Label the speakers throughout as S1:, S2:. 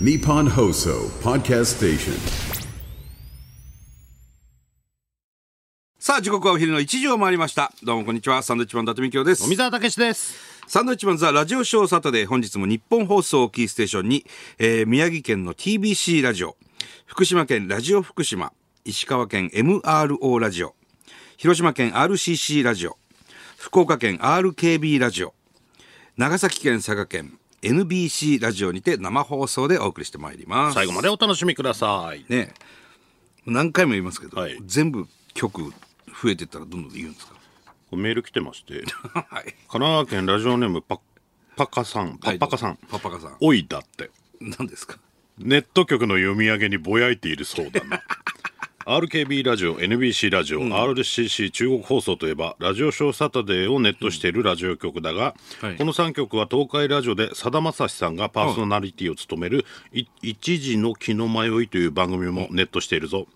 S1: Nippon Hoso Podcast Station.
S2: さあ時刻はお昼の1時を回りましたどうもこんにちはサンドウィッチマン伊達美京です
S3: 富澤たけしです。
S2: サンドウィッチマンザラジオショーサタデー本日も日本放送をキーステーションに、えー宮城県の TBC ラジオ福島県ラジオ福島石川県 MRO ラジオ広島県 RCC ラジオ福岡県 RKB ラジオ長崎県佐賀県 NBC ラジオにて生放送でお送りしてまいります
S3: 最後までお楽しみください。
S2: ね何回も言いますけど、
S3: はい
S2: 全部曲増えてったらどんどん言うんですか
S3: メール来てま して、
S2: はい
S3: 神奈川県ラジオネームパパカさん、パッパカさん、
S2: パッパカさん
S3: おいだって。
S2: 何ですか
S3: ネット局の読み上げにぼやいているそうだな。RKB ラジオ、NBC ラジオ、RCC 中国放送といえば、ラジオショーサタデーをネットしているラジオ局だが、
S2: はい
S3: この3局は東海ラジオでさだまさしさんがパーソナリティを務める、い一時の気の迷いという番組もネットしているぞ。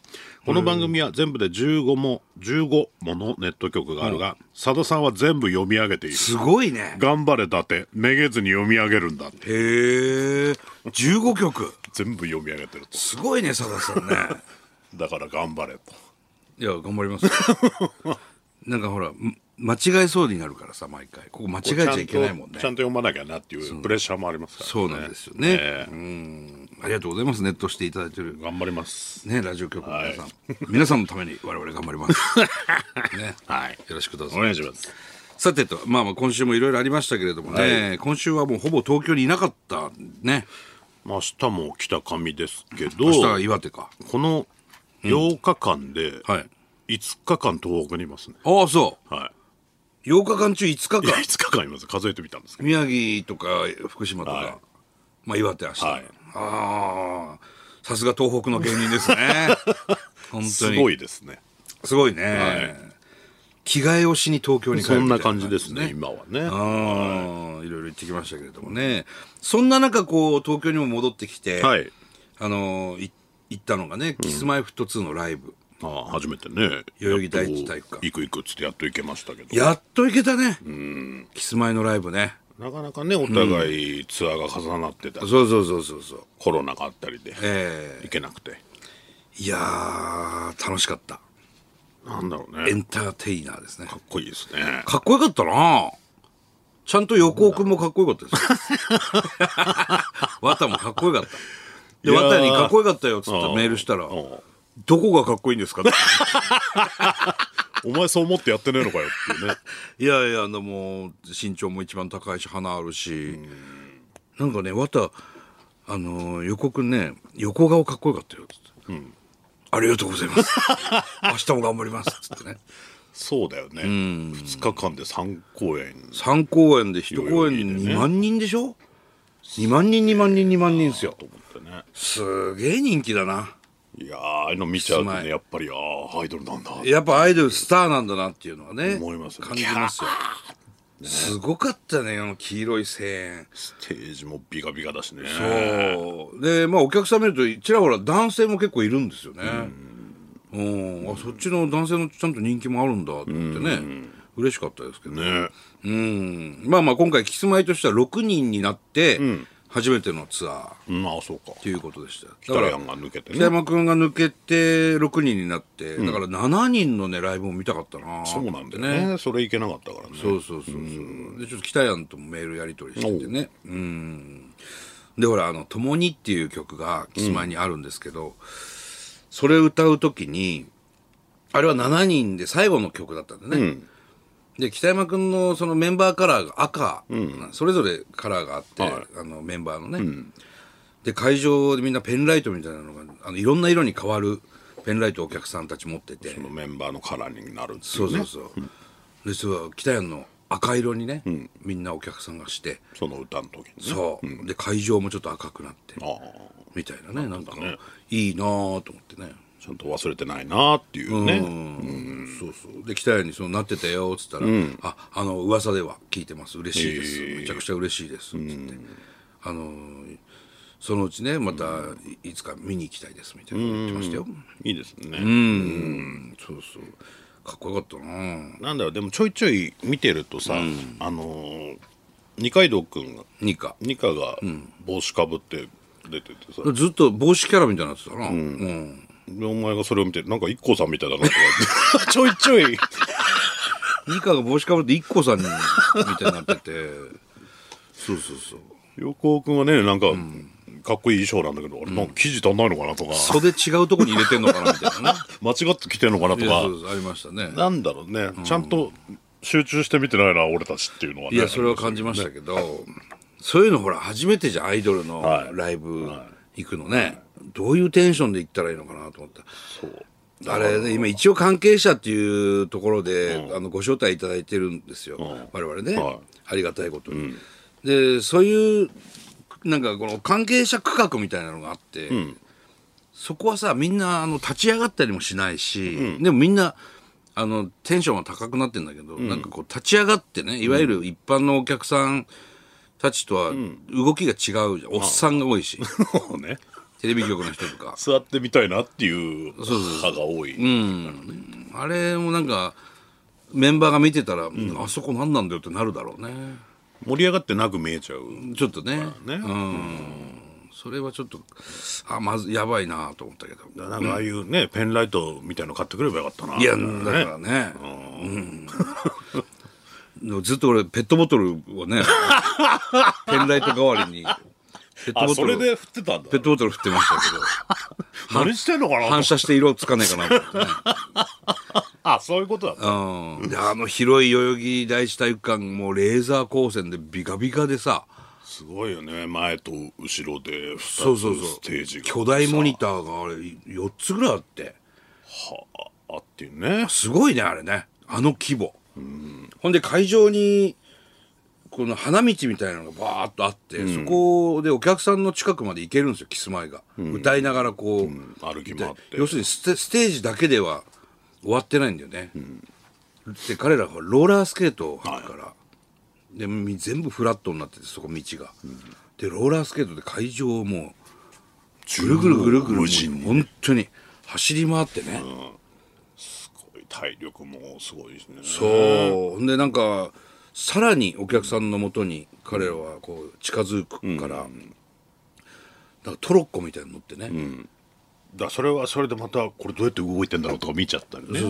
S3: この番組は全部で15も、15ものネット局があるが、さださんは全部読み上げている。
S2: すごいね
S3: 頑張れだって、めげずに読み上げるんだって。
S2: へえ15曲
S3: 全部読み上げてると。
S2: すごいね佐田さ んね
S3: だから頑張れと。
S2: いや頑張りますなんかほらん間違えそうになるからさ毎回ここ間違えちゃいけないもんね
S3: ちゃとちゃんと読まなきゃなっていうプレッシャーもありますから、ね、
S2: そうなんですよね
S3: ええ
S2: ありがとうございますネットしていただいてる
S3: 頑張ります
S2: ねラジオ局の皆さん、皆さんのために我々頑張ります、ね、
S3: はい
S2: よろしくどうぞ
S3: お願いします
S2: さてと、まあ、まあ今週もいろいろありましたけれどもね、今週はもうほぼ東京にいなかったね
S3: まあ明日も来た紙ですけ
S2: 明日は
S3: ど
S2: 岩手か
S3: この8日間で
S2: はい
S3: 5日間東北にいますね、
S2: ああそう
S3: はい
S2: 8日間中5日間
S3: いや5日間います数えてみたんですけ
S2: 宮城とか福島とか、
S3: はい
S2: まあ岩手明日、
S3: はい
S2: ああさすが東北の芸人です ね本当に
S3: どすごいですね
S2: すごいね、
S3: はい
S2: 着替えをしに東京に帰
S3: そ
S2: る
S3: ん
S2: みたい
S3: な感じですね今はねは
S2: ああいろいろ行ってきましたけれどもねそんな中こう東京にも戻ってきて、
S3: い
S2: あのい行ったのがねキスマイフット2のライブ、
S3: ああ初めてね
S2: 代々木第一体育館
S3: やっと行く行くっつってやっと行けましたけど
S2: やっと行けたね、キスマイのライブね
S3: なかなかねお互いツアーが重なってた、
S2: そうそうそうそうそう
S3: コロナがあったりで
S2: ええ
S3: 行けなくて
S2: いやー楽しかった
S3: なんだろう
S2: エ
S3: ね
S2: ンターテイナーですね
S3: かっこいいですね
S2: かっこよかったなちゃんと横尾くんもかっこよかった ですよ綿もかっこよかったで
S3: いやー
S2: 綿にかっこよかったよっつって
S3: うん
S2: メールしたら
S3: うん
S2: どこがかっこいいんですかって
S3: お前そう思ってやってねえのかよってい うね
S2: いやいやでも身長も一番高いし鼻あるしなんかね綿あのー横尾くんね横顔かっこよかったよっつって、ありがとうございます 明日も頑張りますっつってね
S3: そうだよね2日間で3公演
S2: 3公演で1公演2万人でしょ2万人2万人2万人ですよ
S3: と思ってね
S2: すげえ人気だない
S3: やーああいうの見ちゃうと
S2: キスマイ
S3: ねやっぱりああアイドルなんだ
S2: やっぱアイドルスターなんだなっていうのはね
S3: 思いますね
S2: 感じますよ、すごかったねあの黄色い声援
S3: ステージもビカビカだしね
S2: そうでまあお客さん見るとちらほら男性も結構いるんですよねうんあそっちの男性のちゃんと人気もあるんだってね嬉しかったですけど
S3: ね
S2: うんまあまあ今回キスマイとしては6人になって初めてのツアーっ
S3: まあそうか
S2: ていうことでしたよ
S3: 北
S2: だから
S3: 山が抜けて
S2: 北
S3: ね
S2: 山君が抜けて6人になって、だから7人のねライブも見たかったな
S3: そうなんだよねそれ行けなかったからね
S2: そうそうそうそう、でちょっと北山ともメールやり取りしててねうんでほらあの「共に」っていう曲がキスマイにあるんですけど、それ歌う時にあれは7人で最後の曲だったんだね、で北山君のそのメンバーカラーが赤、それぞれカラーがあって、あのメンバーのね、で会場でみんなペンライトみたいなのがあのいろんな色に変わるペンライトをお客さんたち持ってて
S3: そのメンバーのカラーになるってい
S2: そう
S3: う
S2: そ
S3: ね
S2: うそう、でそう北谷の赤色にね、みんなお客さんがして
S3: その歌の時にね
S2: そう、で会場もちょっと赤くなって
S3: ああ
S2: みたいなねなんか
S3: ね
S2: いいなぁと思ってね
S3: ちゃんと忘れてないなっていうね
S2: そうそうで北谷にそのなってたよっつったら「ああの噂では聞いてます嬉しいです、めちゃくちゃ嬉しいです」っつって、あのーそのうちねまたいいつか見に行きたいですみたいなこと言ってましたよ、
S3: いいですね
S2: うんそうそうかっこよかったなぁ
S3: なんだろうでもちょいちょい見てるとさ、あのー二階堂君が
S2: ニカ
S3: 二階が帽子かぶって出ててさ、
S2: ずっと帽子キャラみたいになってたな。うん。
S3: でお前がそれを見て、なんか IKKO さんみたいだなとか言って ちょいちょい。
S2: ニカが帽子かぶって一個さんにみたいになってて。そうそうそう。
S3: 横尾君はね、なんか、かっこいい衣装なんだけど、あれなんか生地足んないのかなとか、
S2: 袖違うとこに入れてんのかなみたい なね。
S3: 間違って着てんのかなと
S2: いや
S3: か
S2: そ、うですありましたね。
S3: なんだろうね、ちゃんと集中して見てないな、俺たちっていうのはね。
S2: いや、それは感じましたけど、そういうのほら、初めてじゃんアイドルの
S3: はい
S2: ライブ行くのね。どういうテンションで行ったらいいのかなと思った。
S3: そう
S2: あれね、今一応関係者っていうところで、あのご招待いただいてるんですよ、我々ね、
S3: はい
S2: ありがたいことに、でそういうなんかこの関係者区画みたいなのがあって、そこはさみんなあの立ち上がったりもしないし、でもみんなあのテンションは高くなってんだけど、なんかこう立ち上がってねいわゆる一般のお客さんたちとは動きが違うじゃん、おっさんが多い し
S3: そう ね。
S2: テレビ局の人とか
S3: 座ってみたいなっていう歯が多い。
S2: あれもなんかメンバーが見てたら、あそこ何なんだよってなるだろうね
S3: 盛り上がってなく見えちゃう。
S2: ちょっとね、
S3: ね。
S2: それはちょっとあまずやばいなと思ったけど
S3: なんかああいうね、ペンライトみたいの買ってくればよかったな。
S2: いやだ
S3: ね
S2: からねうんでもずっと俺ペットボトルをねペンライト代わりにペット
S3: あ、
S2: ボ
S3: そ
S2: ト
S3: れ
S2: ル
S3: で振ってたんだ
S2: ペ。ットボトル振ってましたけど
S3: 何してんのかな
S2: 反射して色つかないかなと思ってね
S3: あ、そういうことだった。
S2: うんであの広い代々木第一体育館もうレーザー光線でビカビカでさ
S3: すごいよね。前と後ろで、
S2: そ
S3: そう
S2: そうそう
S3: ステージが。
S2: 巨大モニターがあれ4つぐらいあって
S3: あっていうね。
S2: すごいねあれねあの規模ほんで会場にこの花道みたいなのがバーッとあって、そこでお客さんの近くまで行けるんですよキスマイが、歌いながらこう、
S3: 歩き回って。
S2: 要するにステステージだけでは終わってないんだよね、で彼らはローラースケートを履くから、でみ全部フラットになっててそこ道が、でローラースケートで会場をもうぐるぐるぐるぐるも
S3: 無
S2: う
S3: 人に
S2: 本当に走り回ってね、
S3: 体力もすごいですね。
S2: そうほんでなんかさらにお客さんのもとに彼らはこう近づくから、なんかトロッコみたいに乗ってね、
S3: だからそれはそれでまたこれどうやって動いてんだろうとか見ちゃったよね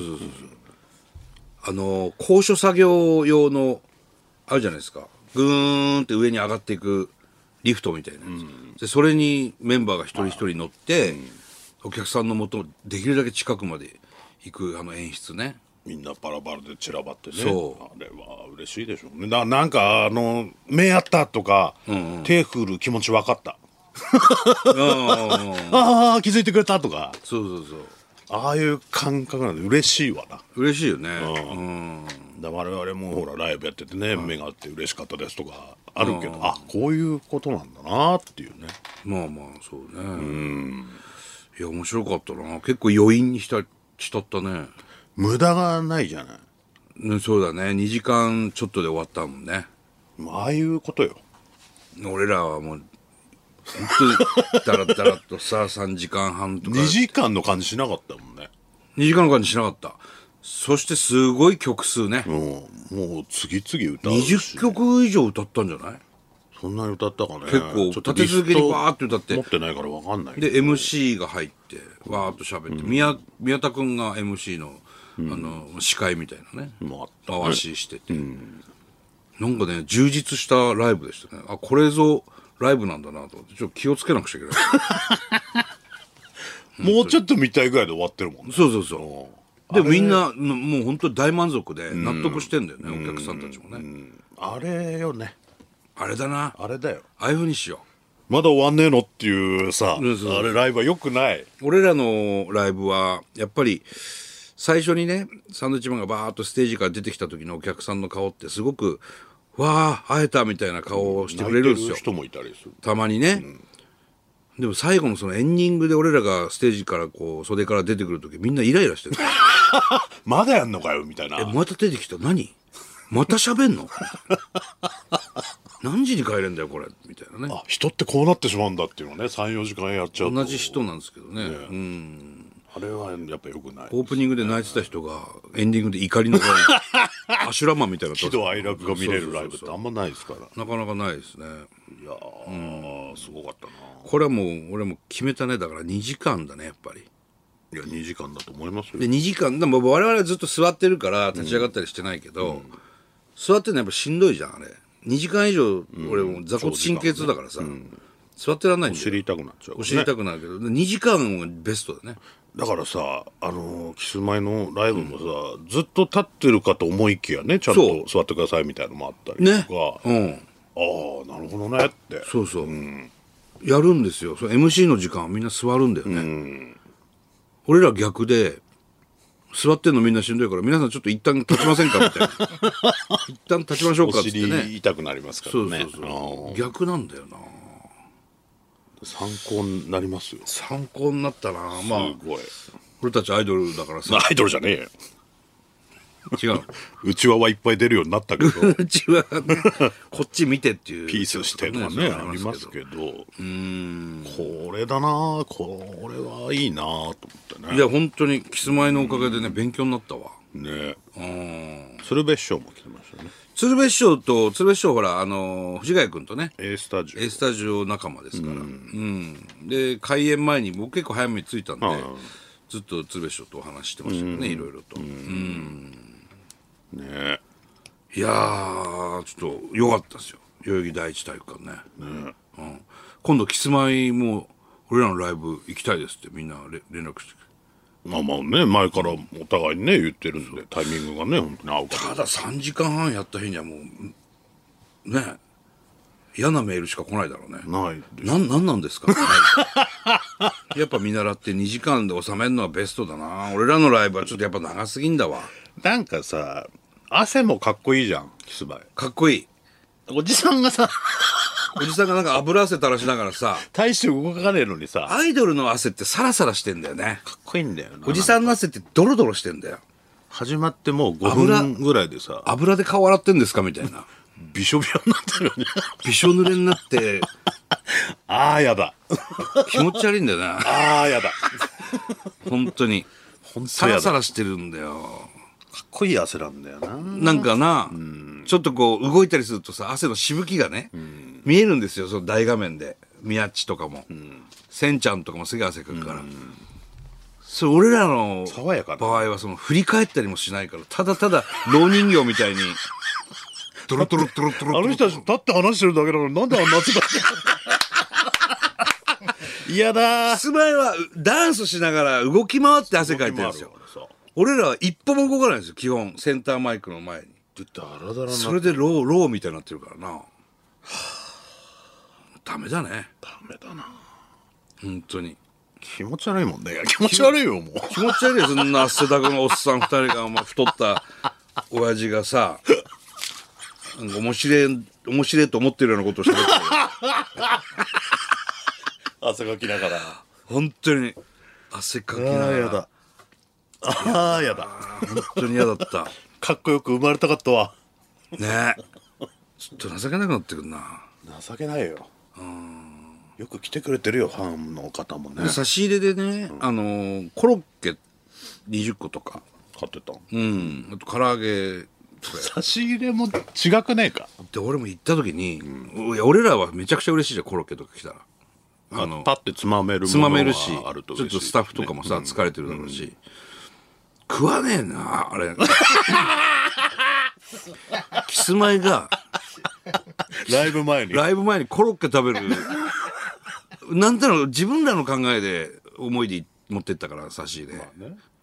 S2: あの高所作業用のあるじゃないですかぐーんって上に上がっていくリフトみたいなやつ、でそれにメンバーが一人一人乗って、お客さんのもとできるだけ近くまで行くあの演出ね
S3: みんなバラバラで散らばってね
S2: そう
S3: あれは嬉しいでしょうねななんかあの目あったとか、手振る気持ち分かったああ気づいてくれたとか
S2: そうそうそう
S3: ああいう感覚なんで嬉しいわな
S2: 嬉しいよね、
S3: だから我々もほらライブやっててね、目があって嬉しかったですとかあるけど、あこういうことなんだなっていうね
S2: まあまあそうねいや面白かったな結構余韻にしたしたったね
S3: 無駄がないじゃない
S2: うんそうだね2時間ちょっとで終わったもんね
S3: ああいうことよ
S2: 俺らはもう本当にダラダラっとさ 3時間半とか
S3: 2時間の感じしなかったもんね
S2: 2時間の感じしなかったそしてすごい曲数ね
S3: うん、もう次々歌うし
S2: 20曲以上歌ったんじゃない
S3: そんなに歌ったかね
S2: 結構
S3: ちょっとリス
S2: 立て
S3: ト
S2: 続けにバーって歌って
S3: 持ってないからわかんない
S2: で MC が入ってわーっと喋って、宮宮田君が MC のあの司会みたいなね
S3: もあった
S2: 回ししてて、なんかね充実したライブでしたねあこれぞライブなんだなと思ってちょっと気をつけなくちゃいけない
S3: もうちょっと見たいぐらいで終わってるもんね
S2: そうそうそうでもみんなもう本当に大満足で納得してんだよね、お客さんたちもね、
S3: あれよね
S2: あれだなあ
S3: あれだよ
S2: あいうふうにしよ
S3: まだ終わんねえのっていうさ
S2: うんそう
S3: あれライブはよくないう
S2: 俺らのライブはやっぱり最初にねサンドウィッチマンがバーッとステージから出てきた時のお客さんの顔ってすごく「わあ会えた」みたいな顔をしてくれるんですよ
S3: 泣いて人もいたりする
S2: たまにね、でも最後のそのエンディングで俺らがステージからこう袖から出てくる時みんなイライラしてる
S3: まだやんのかよみたいな
S2: えまた出てきた何また喋んの何時に帰れんだよこれみたいなね
S3: あ人ってこうなってしまうんだっていうのはね34時間やっちゃうと
S2: 同じ人なんですけどねうん
S3: あれはやっぱ良くない
S2: オープニングで泣いてた人がエンディングで怒りの声アシュラマンみたいな
S3: 喜怒哀楽が見れるライブってあんまないですから
S2: なかなかないですね
S3: いやーすごかったな
S2: これはもう俺も決めたねだから2時間だねやっぱり
S3: いや2時間だと思いますよ
S2: で2時間でも我々はずっと座ってるから立ち上がったりしてないけど、座ってるのやっぱしんどいじゃんあれ2時間以上俺もう座骨神経痛だからさ、座ってらんないん
S3: お
S2: だよ
S3: 尻痛くなっちゃうからね
S2: お尻痛くなるけど、2時間がベストだね
S3: だからさあのーキスマイのライブもさ、ずっと立ってるかと思いきやねちゃん
S2: そう
S3: と座ってくださいみたいなのもあったり
S2: ね
S3: とか、
S2: うん
S3: ああなるほどねって
S2: そうそう、やるんですよその MC の時間はみんな座るんだよね、俺ら逆で座ってんのみんなしんどいから皆さんちょっと一旦立ちませんかみた いな一旦立ちましょう
S3: お
S2: かっつってね
S3: 尻痛くなりますか
S2: そう
S3: ら
S2: そ
S3: ね
S2: うそう逆なんだよな
S3: あー参考になりますよす
S2: 参考になったなまあ
S3: ごい
S2: 俺たちアイドルだからさ
S3: アイドルじゃねえよ
S2: 違 う
S3: うちわはいっぱい出るようになったけど
S2: うちはねこっち見てっていう
S3: ピースしてとかねありますけどこれだなこれはいいなと思って
S2: い
S3: ね
S2: や本当にキスマイのおかげでね勉強になったわ
S3: ね鶴瓶師匠も来てましたね
S2: 鶴瓶師匠と鶴瓶師匠ほらあのー藤ヶ谷君とね
S3: A スタジオ
S2: A スタジオ仲間ですから、うんで開演前に僕結構早めに着いたんで、
S3: はい
S2: ずっと鶴瓶師匠とお話ししてましたよね、いろいろと、
S3: ね
S2: いやーちょっと良かったですよ代々木第一体育館ね、うん、今度キスマイも俺らのライブ行きたいですってみんなれ連絡して
S3: まあまあね前からお互いにね言ってるんでタイミングがね本当に合うか
S2: た
S3: ら
S2: だ3時間半やった日にはもうね嫌なメールしか来ないだろうね
S3: ないで
S2: なんなんなんですか やっぱ見習って2時間で収めるのはベストだな俺らのライブはちょっとやっぱ長すぎんだわ
S3: なんかさ汗もかっこいいじゃんキスバイ
S2: かっこいい
S3: おじさんがさ
S2: おじさんがなんか油汗垂らしながらさ
S3: 大して動かねえのにさ
S2: アイドルの汗ってサラサラしてんだよね
S3: かっこいいんだよな
S2: おじさんの汗ってドロドロしてんだよ
S3: 始まってもう
S2: 油
S3: 5分ぐらいでさ
S2: 油で顔洗ってんですかみたいな
S3: びしょびしょになってるよね
S2: びしょ濡れになって
S3: ああやだ
S2: 気持ち悪いんだよな
S3: ああやだ
S2: 本当に
S3: 本
S2: サ
S3: 当や
S2: ラ
S3: だ
S2: サ
S3: かっ
S2: ラしてるんだよ
S3: こいい汗なんだよな
S2: なんかな、ちょっとこう動いたりするとさ、汗のしぶきがね、見えるんですよ、その大画面で。宮地とかも、せんちゃんとかもすげえ汗かくから。それ俺らの
S3: 爽やかだ
S2: 場合はその振り返ったりもしないから、ただただ老人形みたいに、ドロドロドロドロド
S3: あの
S2: ロ。
S3: 人たち立って話してるだけだからなんであんな汗だ嫌だ
S2: キスマイはダンスしながら動き回って汗かいてるんですよ。俺らは一歩も動かないんですよ、基本。センターマイクの前に。
S3: だらだらな
S2: それでロー、ローみたいになってるからな。ダメだね。
S3: ダメだな
S2: 本当に
S3: 気持ち悪いもんねいや気持ち悪いよもう
S2: 気持ち悪いよそんな汗だくのおっさん二人が、まあ、太った親父がさなんか面白い面白いと思ってるようなことをしてる
S3: 汗かきながら
S2: 本当に汗かきな
S3: ああ
S2: が
S3: や
S2: ら
S3: だああやだ
S2: 本当に嫌だった
S3: かっこよく生まれたかったわ
S2: ねえちょっと情けなくなってくるな
S3: 情けないよよく来てくれてるよファンの方もね
S2: で差し入れでね、あのーコロッケ20個とか
S3: 買ってたん
S2: うんあと唐揚げとか
S3: 差し入れも違くねえか
S2: で俺も行った時に、いや俺らはめちゃくちゃ嬉しいじゃんコロッケとか来たら
S3: あのパッてつまめる
S2: つまめるし
S3: ものはあると
S2: ちょっとスタッフとかもさ、
S3: うん
S2: 疲れてるだろうし、食わねえなあれ キスマイが
S3: ライブ前に
S2: ライブ前にコロッケ食べるなんていうの自分らの考えで思いで持ってったから差し入れ、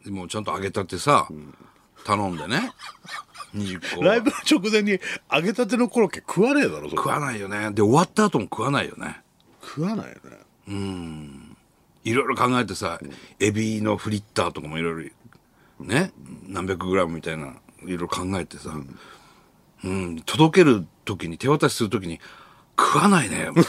S2: でもうちゃんと揚げたてさ、頼んでね20個
S3: ライブ直前に揚げたてのコロッケ食わねえだろそれ
S2: 食わないよねで終わった後も食わないよね
S3: 食わないよね
S2: いろいろ考えてさ、エビのフリッターとかもいろいろ、ね、何百グラムみたいな、いろいろ考えてさ、うん、届ける時に、手渡しする時に、食わないね。 って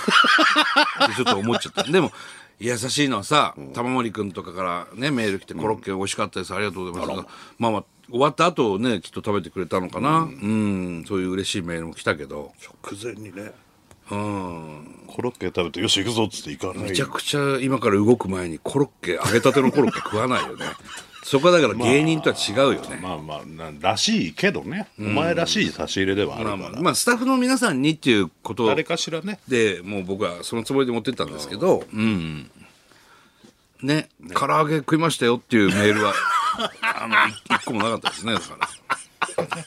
S2: ちょっと思っちゃった。でも、優しいのはさ、玉森くんとかからね、メール来て、コロッケ美味しかったです、ありがとうございます。まあまあ、終わった後ね、きっと食べてくれたのかな。うん、そういう嬉しいメールも来たけど、
S3: 直前にねコロッケ食べてよし行くぞっつって行かない
S2: めちゃくちゃ今から動く前にコロッケ揚げたてのコロッケ食わない よねそこはだから芸人とは違うよね、
S3: まあまあなんらしいけどね、お前らしい差し入れではある
S2: まあ
S3: から、
S2: まあまあスタッフの皆さんにっていうこと
S3: 誰かしらね
S2: でもう僕はそのつもりで持ってったんですけど、うんね唐揚げ食いましたよっていうメー ルはあの一個もなかったですねだから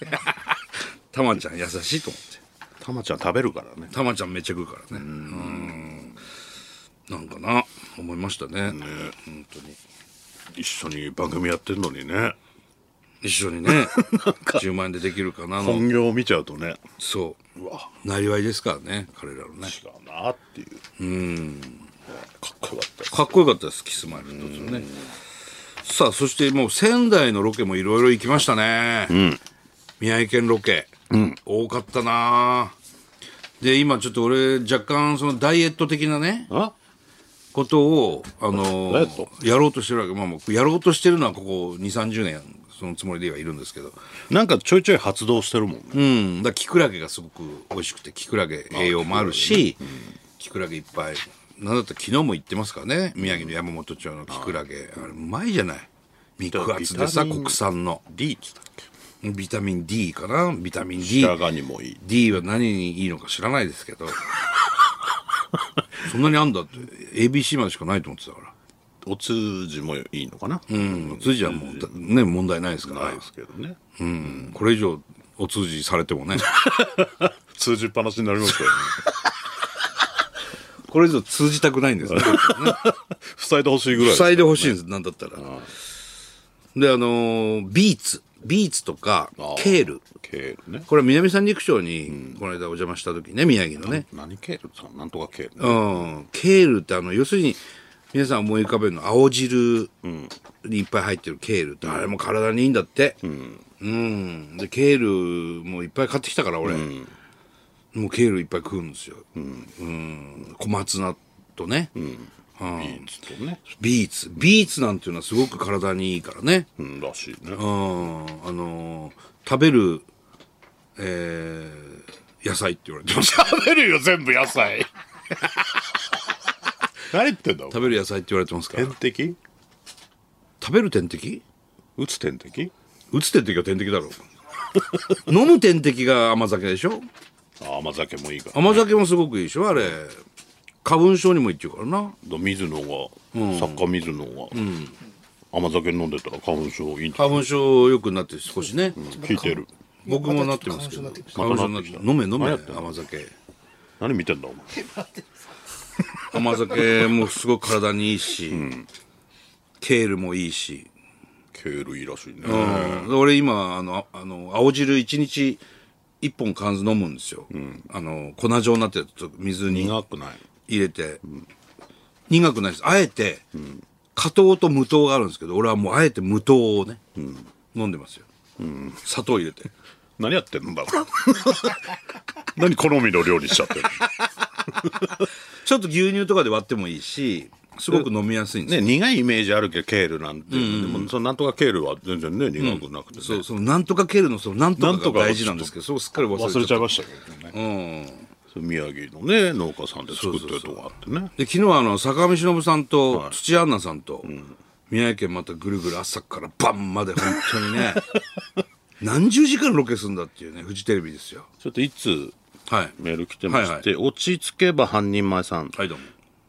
S2: たまちゃん優しいと思って
S3: たまちゃん食べるからね
S2: たまちゃんめっちゃ食うからねうんなんかな思いましたね本当に
S3: 一緒に番組やってるのにね
S2: 一緒に ね10万円でできるかなの
S3: 本業を見ちゃうとね
S2: そううわなりわいですからね彼らのね
S3: 違うなっていううんかっこよかったです
S2: かっこよかったですキスマイル一つねさあそしてもう仙台のロケもいろいろ行きましたね、宮城県ロケ、多かったなで今ちょっと俺若干そのダイエット的なね
S3: あ
S2: ことをあ
S3: ダイエ
S2: の
S3: ット
S2: やろうとしてるわけ、まあ、もうやろうとしてるのはここ2 3 0年そのつもりではいるんですけど
S3: なんかちょいちょい発動してるもんね、
S2: うん、だからキクラゲがすごく美味しくてキクラゲ栄養もあるし、キクラゲいっぱいなんだったら昨日も行ってますからね宮城の山本町のキクラゲあれうまいじゃない肉厚でさ
S3: ビタミン
S2: 国産の
S3: D っつったっけ
S2: ビタミン D かなビタミン D
S3: 白髪にもいい
S2: D は何にいいのか知らないですけどそんなにあんだって ABC までしかないと思ってたから
S3: お通じもいいのかな
S2: うん通じはもうだね問題ないですから、
S3: ないですけどね
S2: うん、これ以上お通じされてもね
S3: 通じっぱなしになりますからね
S2: これ以上通じたくないんですね
S3: 塞いでほしいぐらいです
S2: 塞いでほしいんです、なんだったら。で、あのービーツ。ビーツとか
S3: あ、ー
S2: ケール。
S3: ケールね
S2: これは南三陸町に、この間お邪魔した時ね、宮城のね。
S3: 何ケールさんなんとかケール
S2: う
S3: ね
S2: ん。ケールってあの、要するに、皆さん思い浮かべるの、青汁にいっぱい入ってるケールって、あれも体にいいんだって。うん。で、ケールもいっぱい買ってきたから、俺。もうケールいっぱい食うんですよ。うん。小松菜とね。
S3: ビーツとね
S2: ビーツ。ビーツなんていうのはすごく体にいいからね。
S3: うんらしいね
S2: うん、あのー食べる、えー野菜って言われてました。
S3: 食べるよ全部野菜 何言ってん だ
S2: 食べる野菜って言われてますから
S3: 天。敵
S2: 食べる点滴
S3: 打つ天敵
S2: 打つ点滴は点滴だろう。 飲む点滴が甘酒でしょ
S3: あ甘酒もいいから
S2: 甘酒もすごくいいでしょあれ。花粉症にもいいって言うからな。
S3: 水野が、作家水野が、甘酒飲んでたら花粉症いいんだ
S2: 花粉症良くなって少しね。
S3: 聞いてる
S2: 僕もなってますけど。花
S3: 粉
S2: 粉
S3: 症
S2: 症
S3: に
S2: に
S3: な
S2: な
S3: っ
S2: ってて
S3: き
S2: き
S3: た
S2: た。飲め飲
S3: 何や
S2: め
S3: ってんの
S2: 甘酒。
S3: 何見てんだお前
S2: 甘酒もすごく体にいいし、ケールもいいし。
S3: ケールいいらしいね、
S2: うん、俺今あのあの青汁一日一本缶詰飲むんですよ、あの粉状になってるやつ水に
S3: 苦くない
S2: 入れて、苦くないですあえて、果糖と無糖があるんですけど俺はもうあえて無糖をね、飲んでますよ、砂糖入れて
S3: 何やってんだろ う何好みの料理しちゃってる
S2: ちょっと牛乳とかで割ってもいいしすごく飲みやすいんですよ、
S3: ね苦いイメージあるけどケールなんて、でもそのなんとかケールは全然ね苦くなくてね、
S2: そうそのなんとかケールのそのなんと
S3: なんと
S2: か
S3: か
S2: が大事なんですけどそうすっかり忘れちゃった
S3: 忘れちゃいましたけどね、そう宮城のね農家さんで作ってるとこあってね
S2: で昨日はあの坂上忍さんと、土屋アンナさんと、宮城県またぐるぐる朝から晩まで本当にね 何十時間ロケするんだっていうねフジテレビですよ
S3: ちょっといつ
S2: はい
S3: メール来てまして、
S2: はいは
S3: 落ち着けば半人前さん、
S2: はいどうも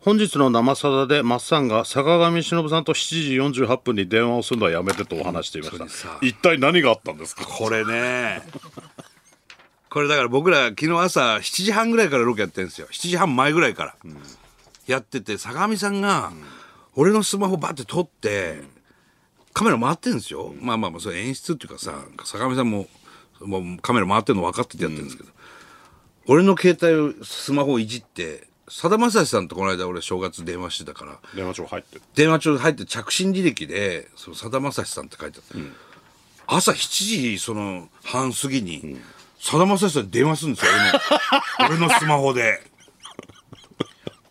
S3: 本日の生さだでマッサンが坂上忍さんと7時48分に電話をするのはやめてとお話していま
S2: 本当に
S3: した、
S2: さ
S3: 一体何があったんですか
S2: これねこれだから僕ら昨日朝7時半ぐらいからロケやってるんですよ7時半前ぐらいから、やってて坂上さんが、俺のスマホバッて撮って、カメラ回ってるんですよ、まあまあまあそれ演出っていうかさ坂上さんももうカメラ回ってるの分かっててやってるんですけど、俺の携帯をスマホをいじってさだまさしさんとこの間俺正月電話してたから
S3: 電話帳入ってる
S2: 電話帳入って着信履歴でそのさだまさしさんって書いてあって、朝7時その半過ぎにさだまさしさんに電話するんですよ 俺の俺のスマホで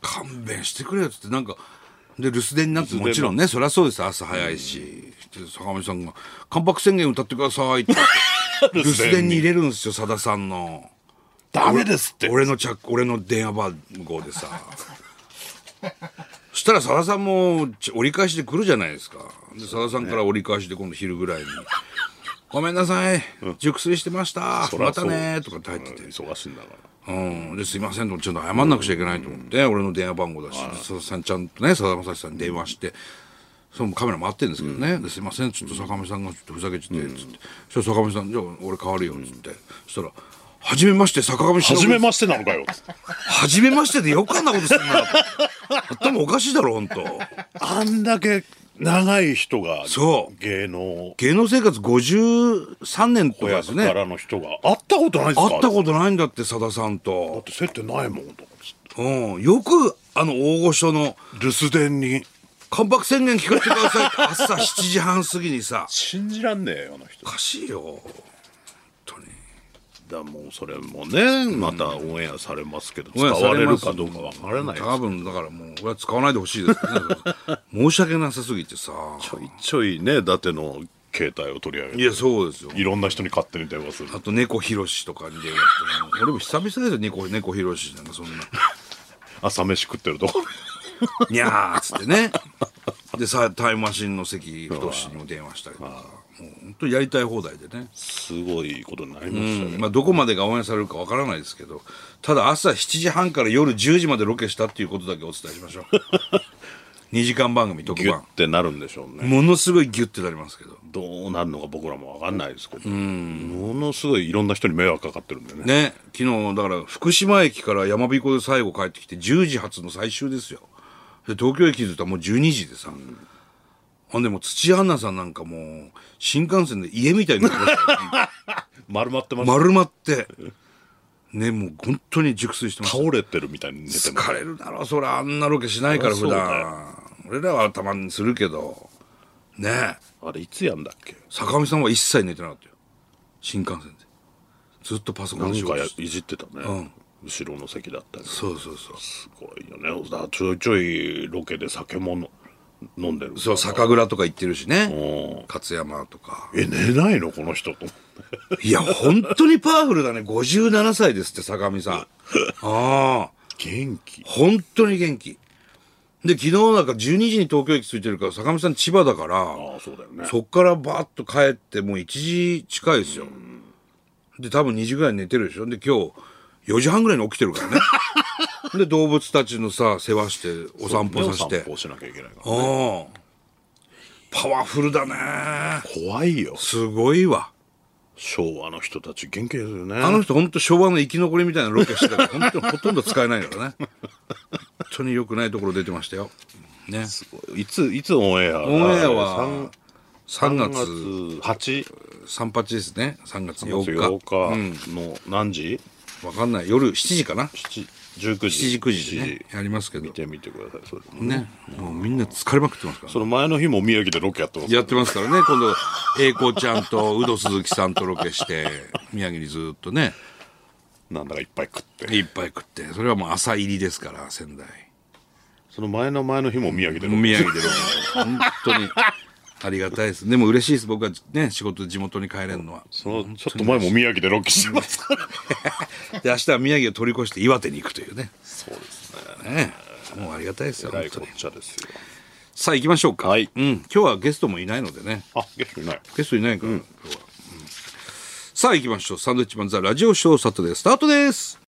S2: 勘弁してくれよっつってなんかで留守電になってもちろんねそりゃそうです朝早いし、で坂上さんが 「関白宣言歌ってください」って留守電に入れるんですよさださんの。
S3: ダメですって
S2: 俺のチャック俺の電話番号でさそしたらさださんもち折り返しで来るじゃないですかでさださんから折り返しで今度昼ぐらいに「ごめんなさい熟睡してました
S3: そら
S2: ま
S3: そ
S2: た
S3: う
S2: ね」とかって入ってて
S3: 忙しいんだから
S2: うん、ですいませんとちょっと謝んなくちゃいけないと思って、俺の電話番号だしさださんちゃんとねさだまさしさんに電話して、そのカメラ回ってるんですけどね、ですいませんちょっと坂上さんがちょっとふざけてて、つってそしたら坂上さんじゃあ俺代わるよっつって、そしたら「はじめまして坂上忍
S3: 初めましてなのかよ
S2: はじめましてでよくあんなことするな頭おかしいだろ本当
S3: あんだけ長い人が
S2: そう
S3: 芸能
S2: 芸能生活53年とか
S3: 親
S2: です
S3: か
S2: ね
S3: らの人が会ったことないですか
S2: 会った
S3: と
S2: ことないんだってさださん
S3: だっ
S2: と、
S3: て接点ないもんと
S2: うん、よくあの大御所の
S3: 留守電に
S2: 関白宣言聞かせてくださいって朝7時半過ぎにさ
S3: 信じらんねえよあの人
S2: おかしいよ本当に
S3: だもうそれもねまたオンエアされますけど、
S2: オンエア
S3: 使われる
S2: さ
S3: か
S2: れま
S3: ど
S2: す
S3: うかわからないです
S2: 多分だからもう俺は使わないでほしいですけどね申し訳なさすぎてさ
S3: ちょいちょいね伊達の携帯を取り上
S2: い
S3: げて
S2: やそうですよ
S3: いろんな人に勝手に電話する
S2: あと猫ひろしとかに出会っても俺も久々ですよ猫猫ひろしなんかそんな
S3: 朝飯食ってるとこ
S2: にゃーっつってね。でさ、タイムマシンの関太にも電話したりとか、もう本当にやりたい放題でね。
S3: すごいことになりま
S2: う
S3: し
S2: んまあ、どこまでが応援されるかわからないですけど、ただ朝7時半から夜10時までロケしたっていうことだけお伝えしまし ょう。2時間番組特
S3: た、ギュッ
S2: 番。
S3: てなるんでしょうね
S2: ものすごいギュッてなりますけど。
S3: どうなるのか僕らもわかんないですけど、ものすごいいろんな人に迷惑かかってるんでね
S2: ね、昨日、だから福島駅から山彦で最後帰ってきて、10時発の最終ですよ。で東京駅に着いたらもう12時でさ。ほんでもう土屋アンナさんなんかもう、新幹線で家みたいになって ましたよ
S3: 丸まってます、
S2: 丸まってねもう本当に熟睡してまし
S3: 倒れてるみたいに寝て
S2: た
S3: ます
S2: 疲れるだろそりゃあんなロケしないから
S3: そ
S2: 普
S3: りゃ
S2: 段俺らはたまにするけどねえ
S3: あれいつやんだっけ
S2: 坂上さんは一切寝てなかったよ新幹線でずっとパソコ
S3: な
S2: ンで
S3: ん
S2: 仕
S3: か
S2: 事
S3: や
S2: して
S3: いじってたね、後ろの席だったりす
S2: そうそうそう
S3: ごいよねだからちょいちょいロケで酒もの飲んでる
S2: そう酒蔵とか行ってるし
S3: う
S2: ね勝山とか
S3: え寝ないのこの人と
S2: いや本当にパワフルだね57歳ですって坂 上さんああ
S3: 元気
S2: 本当に元気で昨日なんか12時に東京駅着いてるから坂上さん千葉だから
S3: ああそうだよね
S2: そっからバーッと帰ってもう1時近いですよ。で多分2時ぐらいに寝てるでしょ。で今日4時半ぐらいに起きてるからね。 で動物たちのさ世話してお散歩させ
S3: お
S2: て
S3: 散。歩しなきゃいけないから
S2: うんパワフルだね。
S3: 怖いよ
S2: すごいわ。
S3: 昭和の人たち元気ですよね
S2: あの人ほんと昭和の生き残りみたいなロケしてたから本当にほとんど使えないからね。本当に良くないところ出てましたよ。ね。
S3: いついつオンエア
S2: オンエア
S3: あ
S2: は3
S3: 3
S2: 月、
S3: 月
S2: 三八ですね。3月
S3: 8
S2: 8日。
S3: 8
S2: うん
S3: 日の何時、
S2: わかんない。夜7時かな。
S3: 7 19時
S2: 7時9時で、
S3: 7
S2: ね、やりますけど
S3: 見てみてくださいそれも
S2: ねもうみんな疲れまくってますから
S3: その前の日も宮城でロケやってます
S2: やってますからね今度栄光ちゃんとウド鈴木さんとロケして宮城にずっとね
S3: なんだかいっぱい食って
S2: いっぱい食ってそれはもう朝入りですから仙台
S3: その前の前の日も宮城でロケ
S2: 宮城でロケ本当にありがたいですでも嬉しいです僕はね仕事で地元に帰れるのは
S3: そのちょっと前も宮城でロケしてます から
S2: で明日は宮城を取り越して岩手に行くというね
S3: そうですね
S2: ねもうありがたいですよ
S3: 偉
S2: 本
S3: い
S2: 当
S3: こ
S2: に
S3: っちゃですよ
S2: さあ行きましょうか、
S3: はい
S2: うん、今日はゲストもいないのでね
S3: あゲストいない
S2: ゲストいないから、今日は、うんさあ行きましょう。サンドウィッチマンザラジオショーサタデースタートです。